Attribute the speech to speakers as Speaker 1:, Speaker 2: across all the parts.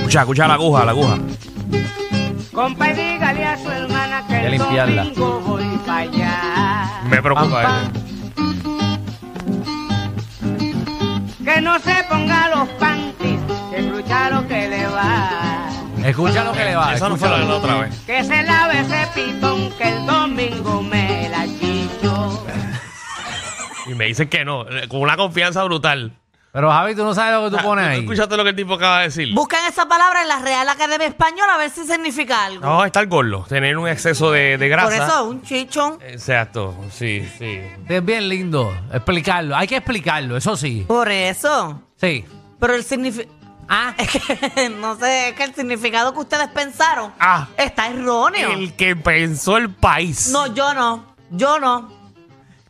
Speaker 1: Escucha, escucha la aguja, la aguja.
Speaker 2: Compa, y dígale a su hermana que
Speaker 3: a
Speaker 2: el
Speaker 3: limpiarla.
Speaker 2: domingo voy para allá.
Speaker 1: Me preocupa
Speaker 3: Pam,
Speaker 1: este.
Speaker 2: Que no se ponga los panties, que escucharon que le va.
Speaker 3: Escucha lo que le va.
Speaker 1: Esa no fue la de la otra vez.
Speaker 2: Que se lave ese pitón, que el domingo me la chicho.
Speaker 1: Y me dicen que no, eh, con una confianza brutal.
Speaker 3: Pero Javi, tú no sabes lo que tú pones
Speaker 1: Ah,
Speaker 3: ahí.
Speaker 1: Escuchaste lo que el tipo acaba de decir.
Speaker 4: Buscan esa palabra en la Real Academia Española a ver si significa algo.
Speaker 1: No, estar gordo, tener un exceso de, de grasa.
Speaker 4: Por eso, un chichón.
Speaker 1: Exacto, sí, sí.
Speaker 3: Es bien lindo explicarlo. Hay que explicarlo, eso sí.
Speaker 4: Por eso.
Speaker 3: Sí.
Speaker 4: Pero el significado. Ah, es que no sé, es que el significado que ustedes pensaron
Speaker 1: Ah.
Speaker 4: está erróneo.
Speaker 1: El que pensó el país.
Speaker 4: No, yo no. Yo no.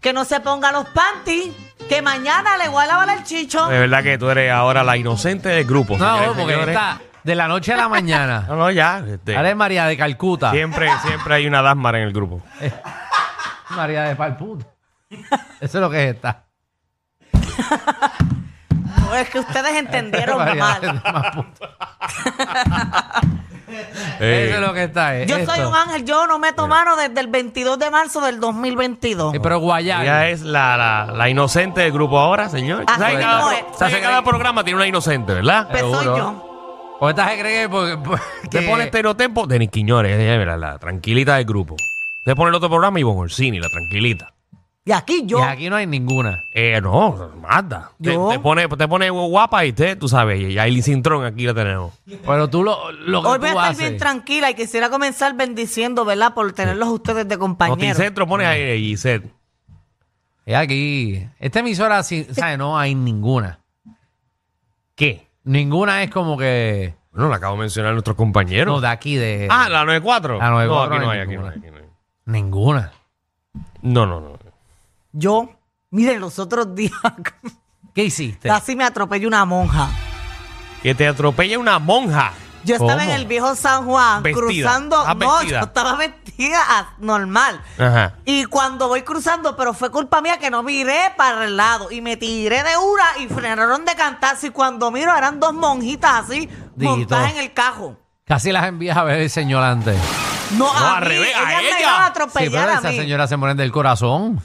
Speaker 4: Que no se ponga los panties. Que mañana le voy a lavar el chicho.
Speaker 1: De verdad que tú eres ahora la inocente del grupo.
Speaker 3: No,
Speaker 1: señores,
Speaker 3: porque
Speaker 1: señores.
Speaker 3: está de la noche a la mañana.
Speaker 1: No, no, ya. este,
Speaker 3: Ahora es María de Calcuta.
Speaker 1: siempre, siempre hay una dasmara en el grupo.
Speaker 3: María de Palputa. Eso es lo que es esta.
Speaker 4: No, es que ustedes entendieron
Speaker 3: María de
Speaker 4: mal.
Speaker 3: Palputa.
Speaker 1: Eh,
Speaker 3: Eso es lo que está. es
Speaker 4: Yo soy
Speaker 3: esto.
Speaker 4: un ángel, yo no meto mano desde el 22 de marzo del 2022.
Speaker 3: Eh, Pero Guayar.
Speaker 1: ella es la, la- la inocente del grupo ahora, señor.
Speaker 4: Así
Speaker 1: ¿Sabes
Speaker 4: mismo
Speaker 1: cada,
Speaker 4: es.
Speaker 1: pro- sabes que cada programa tiene una inocente, ¿verdad?
Speaker 4: Pues soy
Speaker 3: seguro.
Speaker 4: yo.
Speaker 3: ¿O esta se cree que porque, pues,
Speaker 1: Te pone estereotempo, Denis Quiñones, ella es la, la tranquilita del grupo. Te pone el otro programa, Ivonne Orsini, la tranquilita.
Speaker 4: Y aquí yo.
Speaker 3: Y aquí no hay ninguna.
Speaker 1: Eh, no, Magda. Te,
Speaker 4: Yo.
Speaker 1: te pone, te pone guapa y te, tú sabes, y Aileen Cintrón aquí la tenemos.
Speaker 3: Pero tú lo, lo que
Speaker 4: Hoy voy a
Speaker 3: tú
Speaker 4: estar
Speaker 3: haces.
Speaker 4: bien tranquila y quisiera comenzar bendiciendo, ¿verdad? Por tenerlos ustedes de compañeros.
Speaker 1: Noticentro pone a Gisette.
Speaker 3: Es aquí. Esta emisora, sí, ¿sabes? No hay ninguna.
Speaker 1: ¿Qué?
Speaker 3: Ninguna es como que.
Speaker 1: Bueno, la acabo de mencionar a nuestros
Speaker 3: No,
Speaker 1: compañeros.
Speaker 3: de aquí, de.
Speaker 1: ah, la 94.
Speaker 3: La 94
Speaker 1: no, aquí no
Speaker 3: no
Speaker 1: hay,
Speaker 3: hay
Speaker 1: aquí no hay,
Speaker 3: ninguna.
Speaker 1: aquí no hay.
Speaker 3: Ninguna.
Speaker 1: No, no, no.
Speaker 4: Yo, miren, los otros días
Speaker 3: ¿Qué hiciste?
Speaker 4: casi me atropelló una monja.
Speaker 1: Que te atropella una monja.
Speaker 4: Yo estaba en
Speaker 3: ¿Cómo?
Speaker 4: el viejo San Juan
Speaker 1: Vestida.
Speaker 4: cruzando.
Speaker 1: Ah,
Speaker 4: no,
Speaker 1: vestida.
Speaker 4: yo estaba vestida a- normal.
Speaker 1: Ajá.
Speaker 4: Y cuando voy cruzando, pero fue culpa mía que no miré para el lado. Y me tiré de una y frenaron de cantar. Y cuando miro, eran dos monjitas así,
Speaker 3: Dito.
Speaker 4: montadas en el cajo.
Speaker 3: Casi las envías a ver el señor antes.
Speaker 4: No, a
Speaker 1: al
Speaker 4: mí,
Speaker 1: revés, a
Speaker 4: ellas
Speaker 1: ella.
Speaker 4: me iban a
Speaker 3: Sí,
Speaker 4: atropellar
Speaker 3: pero
Speaker 4: a
Speaker 3: esas
Speaker 4: mí.
Speaker 3: señoras se mueren del corazón.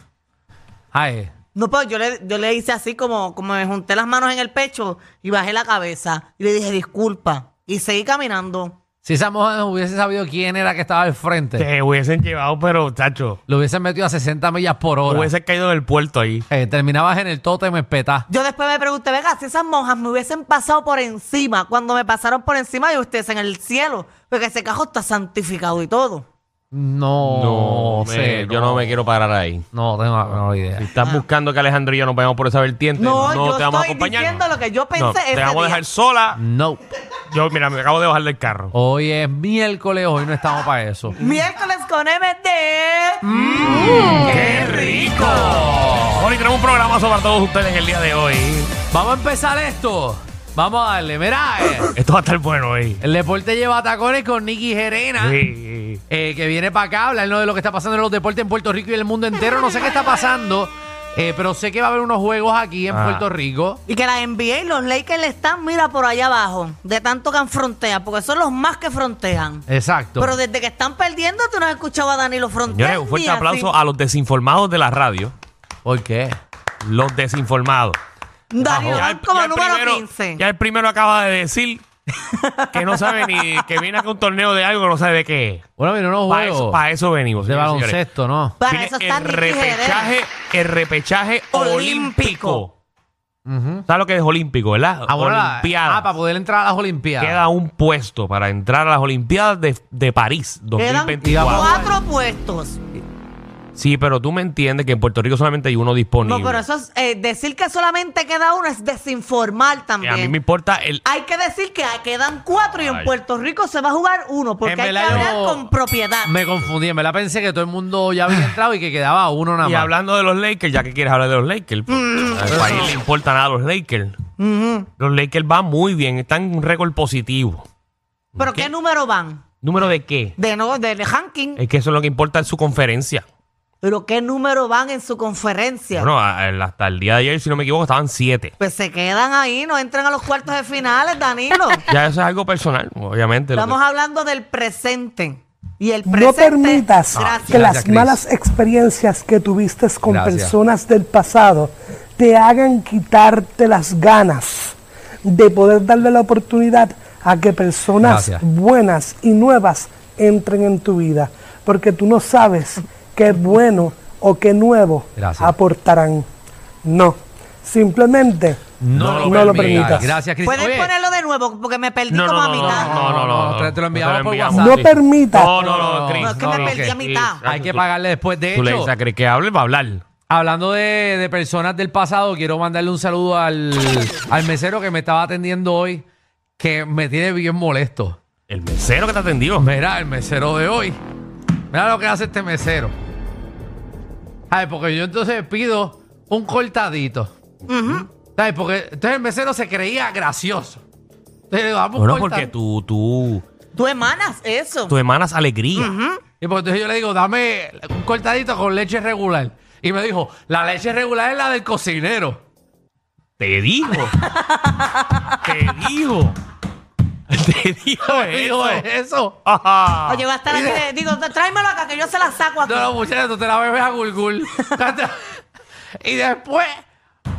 Speaker 3: Ay,
Speaker 4: No, pero yo le, yo le hice así como, como me junté las manos en el pecho y bajé la cabeza. Y le dije, disculpa. Y seguí caminando.
Speaker 3: si esa mujer hubiese sabido quién era que estaba al frente,
Speaker 1: Te hubiesen llevado, pero, chacho,
Speaker 3: lo hubiesen metido a 60 millas por hora.
Speaker 1: hubiesen caído del puerto ahí.
Speaker 3: Eh, terminabas en el tótem espetá.
Speaker 4: Yo después me pregunté, venga, si esas monjas me hubiesen pasado por encima, cuando me pasaron por encima de ustedes en el cielo, porque ese cajo está santificado y todo.
Speaker 3: No,
Speaker 1: me-
Speaker 3: sé,
Speaker 1: yo no me quiero parar ahí.
Speaker 3: No tengo la menor idea.
Speaker 1: Si estás buscando que Alejandro y yo nos vayamos por esa vertiente,
Speaker 4: No,
Speaker 1: no,
Speaker 4: yo
Speaker 1: te vamos a
Speaker 4: estoy
Speaker 1: acompañar.
Speaker 4: diciendo lo que yo pensé
Speaker 1: No,
Speaker 4: ese
Speaker 1: te vamos a
Speaker 4: día.
Speaker 1: dejar sola.
Speaker 3: No.
Speaker 1: Yo, mira, me acabo de bajar del carro.
Speaker 3: Hoy es miércoles, hoy no estamos para eso.
Speaker 4: Miércoles con E MD.
Speaker 1: ¡Qué rico! Bueno, y tenemos un programazo para todos ustedes en el día de hoy.
Speaker 3: Vamos a empezar esto. Vamos a darle. Mira, eh,
Speaker 1: Esto va a estar bueno ¿eh? hoy.
Speaker 3: el deporte lleva tacones con Nicky
Speaker 4: Ah.
Speaker 3: Gerena.
Speaker 1: Sí.
Speaker 3: eh, que viene para acá, hablarnos de lo que está pasando en los deportes en Puerto Rico y el mundo entero. No sé qué está pasando, eh, pero sé que va a haber unos juegos aquí en
Speaker 1: Ah.
Speaker 3: Puerto Rico.
Speaker 4: Y que la NBA y los Lakers le están, mira, por allá abajo, de tanto que han frontean, porque son los más que frontean.
Speaker 3: Exacto.
Speaker 4: Pero desde que están perdiendo, tú no has escuchado a Danilo frontear.
Speaker 1: Señores, un fuerte
Speaker 4: ni así.
Speaker 1: aplauso a los desinformados de la radio.
Speaker 3: ¿Por qué?
Speaker 1: Los desinformados.
Speaker 4: Danilo
Speaker 1: Ya
Speaker 4: van
Speaker 1: el-
Speaker 4: como
Speaker 1: ya el
Speaker 4: número
Speaker 1: primero-
Speaker 4: 15.
Speaker 1: Ya el primero acaba de decir que no sabe ni que viene acá un torneo de algo que no sabe de qué. es.
Speaker 3: Bueno, mira, unos
Speaker 1: Para
Speaker 3: juegos
Speaker 1: eso, pa' eso venimos.
Speaker 3: Oh. de
Speaker 1: señores y señores.
Speaker 3: baloncesto, ¿no?
Speaker 4: Para
Speaker 1: Viene
Speaker 4: eso está
Speaker 1: el
Speaker 4: Nicky
Speaker 1: repechaje,
Speaker 4: Jerez.
Speaker 1: el repechaje
Speaker 4: Olímpico.
Speaker 1: olímpico.
Speaker 3: Ujú.
Speaker 1: ¿Sabes lo que es olímpico, verdad?
Speaker 3: Ah, bueno, la-
Speaker 1: Olimpiadas.
Speaker 3: ah, para poder entrar a las Olimpiadas.
Speaker 1: Queda un puesto para entrar a las Olimpiadas de, de París
Speaker 4: Quedan
Speaker 1: 2024.
Speaker 3: Vamos.
Speaker 4: cuatro puestos.
Speaker 1: Sí, pero tú me entiendes que en Puerto Rico solamente hay uno disponible.
Speaker 4: No, pero eso es, eh, decir que solamente queda uno es desinformar
Speaker 1: Que
Speaker 4: también.
Speaker 1: Eh, a mí me importa el...
Speaker 4: Hay que decir que quedan cuatro y en
Speaker 1: Ay.
Speaker 4: Puerto Rico se va a jugar uno, porque
Speaker 3: En
Speaker 4: hay que
Speaker 3: verdad,
Speaker 4: hablar
Speaker 3: yo-
Speaker 4: con propiedad.
Speaker 3: Me confundí, me la pensé que todo el mundo ya había entrado y que quedaba uno nada más.
Speaker 1: Y hablando de los Lakers, ya que quieres hablar de los Lakers, pues, al país le importa nada a los Lakers.
Speaker 4: Mm. Ujú.
Speaker 1: Los Lakers van muy bien, están en un récord positivo.
Speaker 4: ¿Pero qué número van?
Speaker 1: ¿Número de qué?
Speaker 4: De no, del ranking.
Speaker 1: Eh. Es que eso es lo que importa en su conferencia.
Speaker 4: Pero ¿qué número van en su conferencia?
Speaker 1: Bueno, a- el- hasta el día de ayer, si no me equivoco, estaban siete.
Speaker 4: Pues se quedan ahí, no entran a los cuartos de finales, Danilo.
Speaker 1: Ya eso es algo personal, obviamente. lo que-
Speaker 4: Estamos hablando del presente. Y el presente.
Speaker 5: No permitas
Speaker 4: Gracias.
Speaker 5: que las
Speaker 1: Gracias, Cris.
Speaker 5: malas experiencias que tuviste con
Speaker 3: Gracias.
Speaker 5: personas del pasado te hagan quitarte las ganas de poder darle la oportunidad a que personas
Speaker 3: Gracias.
Speaker 5: buenas y nuevas entren en tu vida, porque tú no sabes qué bueno o qué nuevo
Speaker 3: Gracias.
Speaker 5: aportarán. No, simplemente
Speaker 3: No lo
Speaker 5: permitas.
Speaker 3: Gracias, Cris.
Speaker 4: Puedes
Speaker 3: Oye,
Speaker 4: ponerlo de nuevo porque me perdí
Speaker 1: No, no,
Speaker 4: como a
Speaker 1: no, no,
Speaker 4: mitad.
Speaker 1: no, no, no, no.
Speaker 3: Te- te lo enviamos
Speaker 1: No
Speaker 3: por
Speaker 1: enviamos,
Speaker 3: WhatsApp.
Speaker 5: no
Speaker 1: sí.
Speaker 5: permitas
Speaker 1: No, no, no, Cris.
Speaker 4: No, es que me perdí a
Speaker 3: ok.
Speaker 4: mitad.
Speaker 3: Hay que pagarle después. De
Speaker 1: Tú le
Speaker 3: hecho,
Speaker 1: dices a Cris que hable, va a hablar.
Speaker 3: hablando de, de personas del pasado, quiero mandarle un saludo al, al mesero que me estaba atendiendo hoy, que me tiene bien molesto.
Speaker 1: El mesero que te atendió.
Speaker 3: Mira, el mesero de hoy. Mira lo que hace este mesero. Ay, porque yo entonces pido un cortadito. ¿Sabes? Porque entonces el mesero se creía gracioso. Entonces le digo, dame un
Speaker 1: Bueno,
Speaker 3: corta-
Speaker 1: porque tú, tú,
Speaker 4: Tú emanas eso.
Speaker 1: tú emanas alegría.
Speaker 3: Y porque entonces yo le digo, dame un cortadito con leche regular. Y me dijo, la leche regular es la del cocinero.
Speaker 1: Te dijo. te dijo. te dijo
Speaker 3: Me dijo, eh.
Speaker 1: eso.
Speaker 3: "¿Es eso?
Speaker 1: Ajá.
Speaker 4: Oye, va a estar aquí. eh, Digo, tráemelo acá que yo se la saco aquí.
Speaker 3: No, no, muchacha, tú te la bebes a gurgul. y después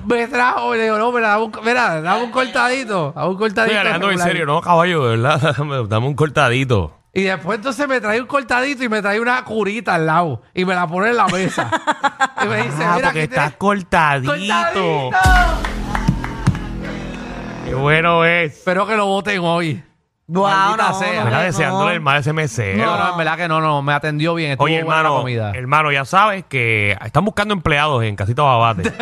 Speaker 3: me trajo y le digo, no, mira, dame un, mira, dame un cortadito. Dame un cortadito.
Speaker 1: Estoy hablando en
Speaker 3: regular.
Speaker 1: serio, no, caballo, de verdad. Dame- Dame un cortadito.
Speaker 3: Y después entonces me trae un cortadito y me trae una curita al lado. Y me la pone en la mesa. y me dice,
Speaker 1: Ah,
Speaker 3: mira,
Speaker 1: porque
Speaker 3: aquí
Speaker 1: estás
Speaker 3: tienes
Speaker 1: cortadito.
Speaker 3: cortadito.
Speaker 1: Qué bueno es.
Speaker 3: Espero que lo voten hoy.
Speaker 4: Guau,
Speaker 3: Maldita
Speaker 4: no,
Speaker 3: sea.
Speaker 4: no,
Speaker 1: Mira,
Speaker 4: no.
Speaker 1: deseándole el mal a ese mesero.
Speaker 3: No, no, en verdad que no, no, me atendió bien. Estuvo
Speaker 1: Oye,
Speaker 3: buena la
Speaker 1: hermano,
Speaker 3: comida.
Speaker 1: hermano, ya sabes que están buscando empleados en Casita Babate.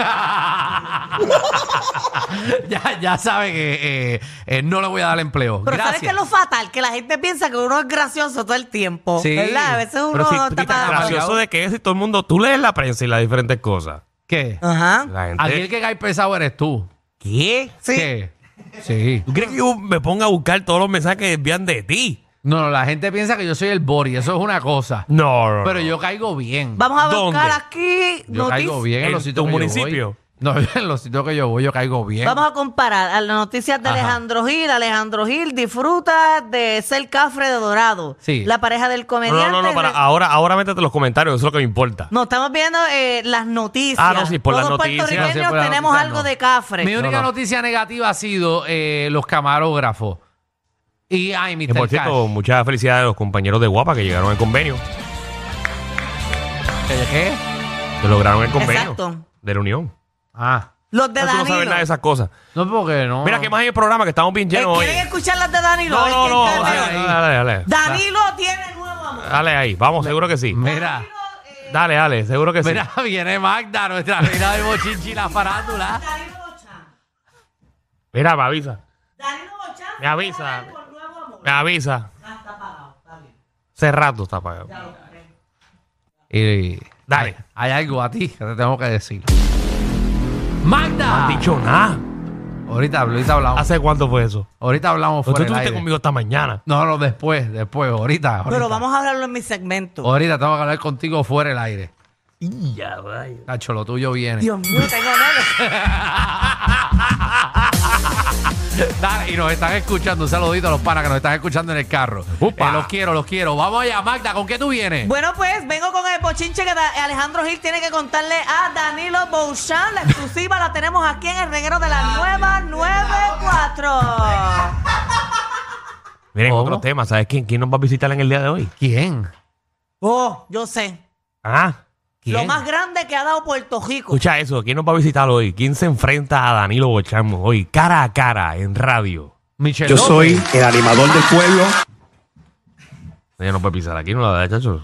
Speaker 3: ya, ya sabe que eh, eh, no le voy a dar empleo.
Speaker 4: Pero
Speaker 3: Gracias.
Speaker 4: ¿sabes qué es lo fatal? Que la gente piensa que uno es gracioso todo el tiempo.
Speaker 3: Sí.
Speaker 4: ¿Verdad? A veces uno
Speaker 1: Pero si tú
Speaker 4: está
Speaker 1: ni tan
Speaker 4: para...
Speaker 1: gracioso de que es y todo el mundo, tú lees la prensa y las diferentes cosas.
Speaker 3: ¿Qué?
Speaker 4: Ajá.
Speaker 1: La gente,
Speaker 3: Aquí el que cae pesado eres tú.
Speaker 1: ¿Qué?
Speaker 4: Sí.
Speaker 3: ¿Qué? Sí.
Speaker 1: ¿Tú crees que yo me ponga a buscar todos los mensajes que desvían de ti?
Speaker 3: No, no, la gente piensa que yo soy el Bori, eso es una cosa.
Speaker 1: No, no, no.
Speaker 3: Pero yo caigo bien.
Speaker 4: Vamos a
Speaker 1: ¿Dónde?
Speaker 4: buscar aquí
Speaker 3: Yo caigo
Speaker 4: noticias.
Speaker 3: bien en
Speaker 1: ¿En
Speaker 3: los sitios
Speaker 1: tu
Speaker 3: que yo
Speaker 1: municipio?
Speaker 3: voy. No, en los sitios que yo voy, yo caigo bien.
Speaker 4: Vamos a comparar a las noticias de
Speaker 3: Ajá.
Speaker 4: Alejandro Gil. Alejandro Gil disfruta de ser cafre de Dorado.
Speaker 3: Sí.
Speaker 4: La pareja del
Speaker 1: No,
Speaker 4: comediante.
Speaker 1: no, no, no, para, ahora, ahora métete en los comentarios, eso es lo que me importa.
Speaker 4: No, estamos viendo eh, las noticias.
Speaker 1: Ah, no, sí, por las
Speaker 4: Todos
Speaker 1: noticias.
Speaker 4: puertorriqueños
Speaker 3: No, sí, por las
Speaker 4: tenemos
Speaker 3: noticias,
Speaker 4: algo
Speaker 3: no.
Speaker 4: de cafre.
Speaker 3: Mi única
Speaker 1: no.
Speaker 3: noticia negativa ha sido eh, los camarógrafos. Y ay,
Speaker 1: Que,
Speaker 3: Mr.
Speaker 1: por cierto,
Speaker 3: Cash.
Speaker 1: muchas felicidades a los compañeros de Guapa que llegaron al convenio,
Speaker 3: ¿El qué?
Speaker 1: que lograron el convenio
Speaker 4: Exacto.
Speaker 1: de la Unión.
Speaker 3: Ah.
Speaker 4: Los de
Speaker 1: No, tú no sabes
Speaker 4: Danilo.
Speaker 1: nada de esas cosas.
Speaker 3: No, porque no.
Speaker 1: Mira, que más hay en el programa que estamos bien
Speaker 4: Eh,
Speaker 1: llenos hoy.
Speaker 4: ¿Quieren escuchar las de Danilo?
Speaker 1: No,
Speaker 4: Es
Speaker 1: no,
Speaker 4: que
Speaker 1: no,
Speaker 4: está-
Speaker 1: dale,
Speaker 3: ahí.
Speaker 1: dale, dale.
Speaker 4: Danilo tiene nuevo amor. eh,
Speaker 1: Dale ahí, vamos, seguro que sí.
Speaker 3: Mira,
Speaker 1: Dale, dale, seguro que sí.
Speaker 3: mira, viene Magda, nuestra reina de bochinchi y la farándula.
Speaker 4: Danilo Bochán.
Speaker 1: Mira, me avisa.
Speaker 4: Danilo Bochán.
Speaker 1: Me avisa.
Speaker 4: por nuevo amor.
Speaker 1: Me avisa.
Speaker 4: Ah, está apagado, está bien.
Speaker 1: Hace rato está apagado.
Speaker 3: Y
Speaker 1: Dale.
Speaker 3: Eh, Hay, hay algo a ti que te tengo que decir. ¡Magda!
Speaker 1: Dicho nada.
Speaker 3: Ahorita, ahorita hablamos.
Speaker 1: ¿Hace cuánto fue eso?
Speaker 3: Ahorita hablamos
Speaker 1: Pues
Speaker 3: fuera
Speaker 1: tú
Speaker 3: del
Speaker 1: estuviste
Speaker 3: aire.
Speaker 1: conmigo esta mañana.
Speaker 3: No, no, después, después, ahorita, ahorita.
Speaker 4: Pero vamos a hablarlo en mi
Speaker 1: Oh.
Speaker 4: segmento.
Speaker 3: Ahorita tengo que hablar contigo fuera del aire.
Speaker 1: Ya, vaya.
Speaker 3: Nacho, lo tuyo viene.
Speaker 4: Dios mío, tengo nervios.
Speaker 3: Dale, y nos están escuchando. Un saludito a los panas que nos están escuchando en el carro.
Speaker 1: Upa.
Speaker 3: Eh, los quiero, los quiero. Vamos allá, Magda, ¿con qué tú vienes?
Speaker 4: Bueno, pues vengo con el pochinche que da- Alejandro Gil tiene que contarle a Danilo Bouchan. La exclusiva la tenemos aquí en el reguero de la nueva 94.
Speaker 1: Miren,
Speaker 3: ¿Cómo?
Speaker 1: otro tema. ¿Sabes quién, quién nos va a visitar en el día de hoy?
Speaker 3: ¿Quién?
Speaker 4: Oh, yo sé.
Speaker 1: Ah,
Speaker 3: ¿Quién?
Speaker 4: Lo más grande que ha dado Puerto Rico.
Speaker 1: escucha eso. ¿Quién nos va a visitar hoy? ¿Quién se enfrenta a Danilo Bochamo hoy? Cara a cara, en radio.
Speaker 3: Michelle
Speaker 6: Yo
Speaker 3: López.
Speaker 6: soy el animador del pueblo.
Speaker 1: Ella no puede pisar aquí, no la da, chacho.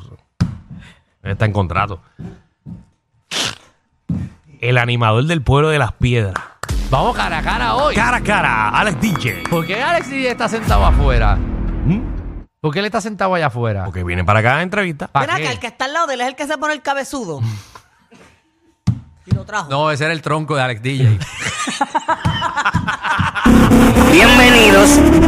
Speaker 1: Ella Está en contrato. El animador del pueblo de las piedras.
Speaker 3: Vamos cara a cara hoy.
Speaker 1: Cara a cara, Alex DJ.
Speaker 3: ¿Por qué Alex Díaz está sentado afuera? ¿Por qué él está sentado allá afuera?
Speaker 1: Porque viene para acá a entrevista.
Speaker 3: ¿Pa'
Speaker 4: Mira
Speaker 3: qué?
Speaker 4: que el que está al lado de él es el que se pone el cabezudo. Y lo trajo.
Speaker 3: No, ese era el tronco de Alex DJ.
Speaker 2: Bienvenidos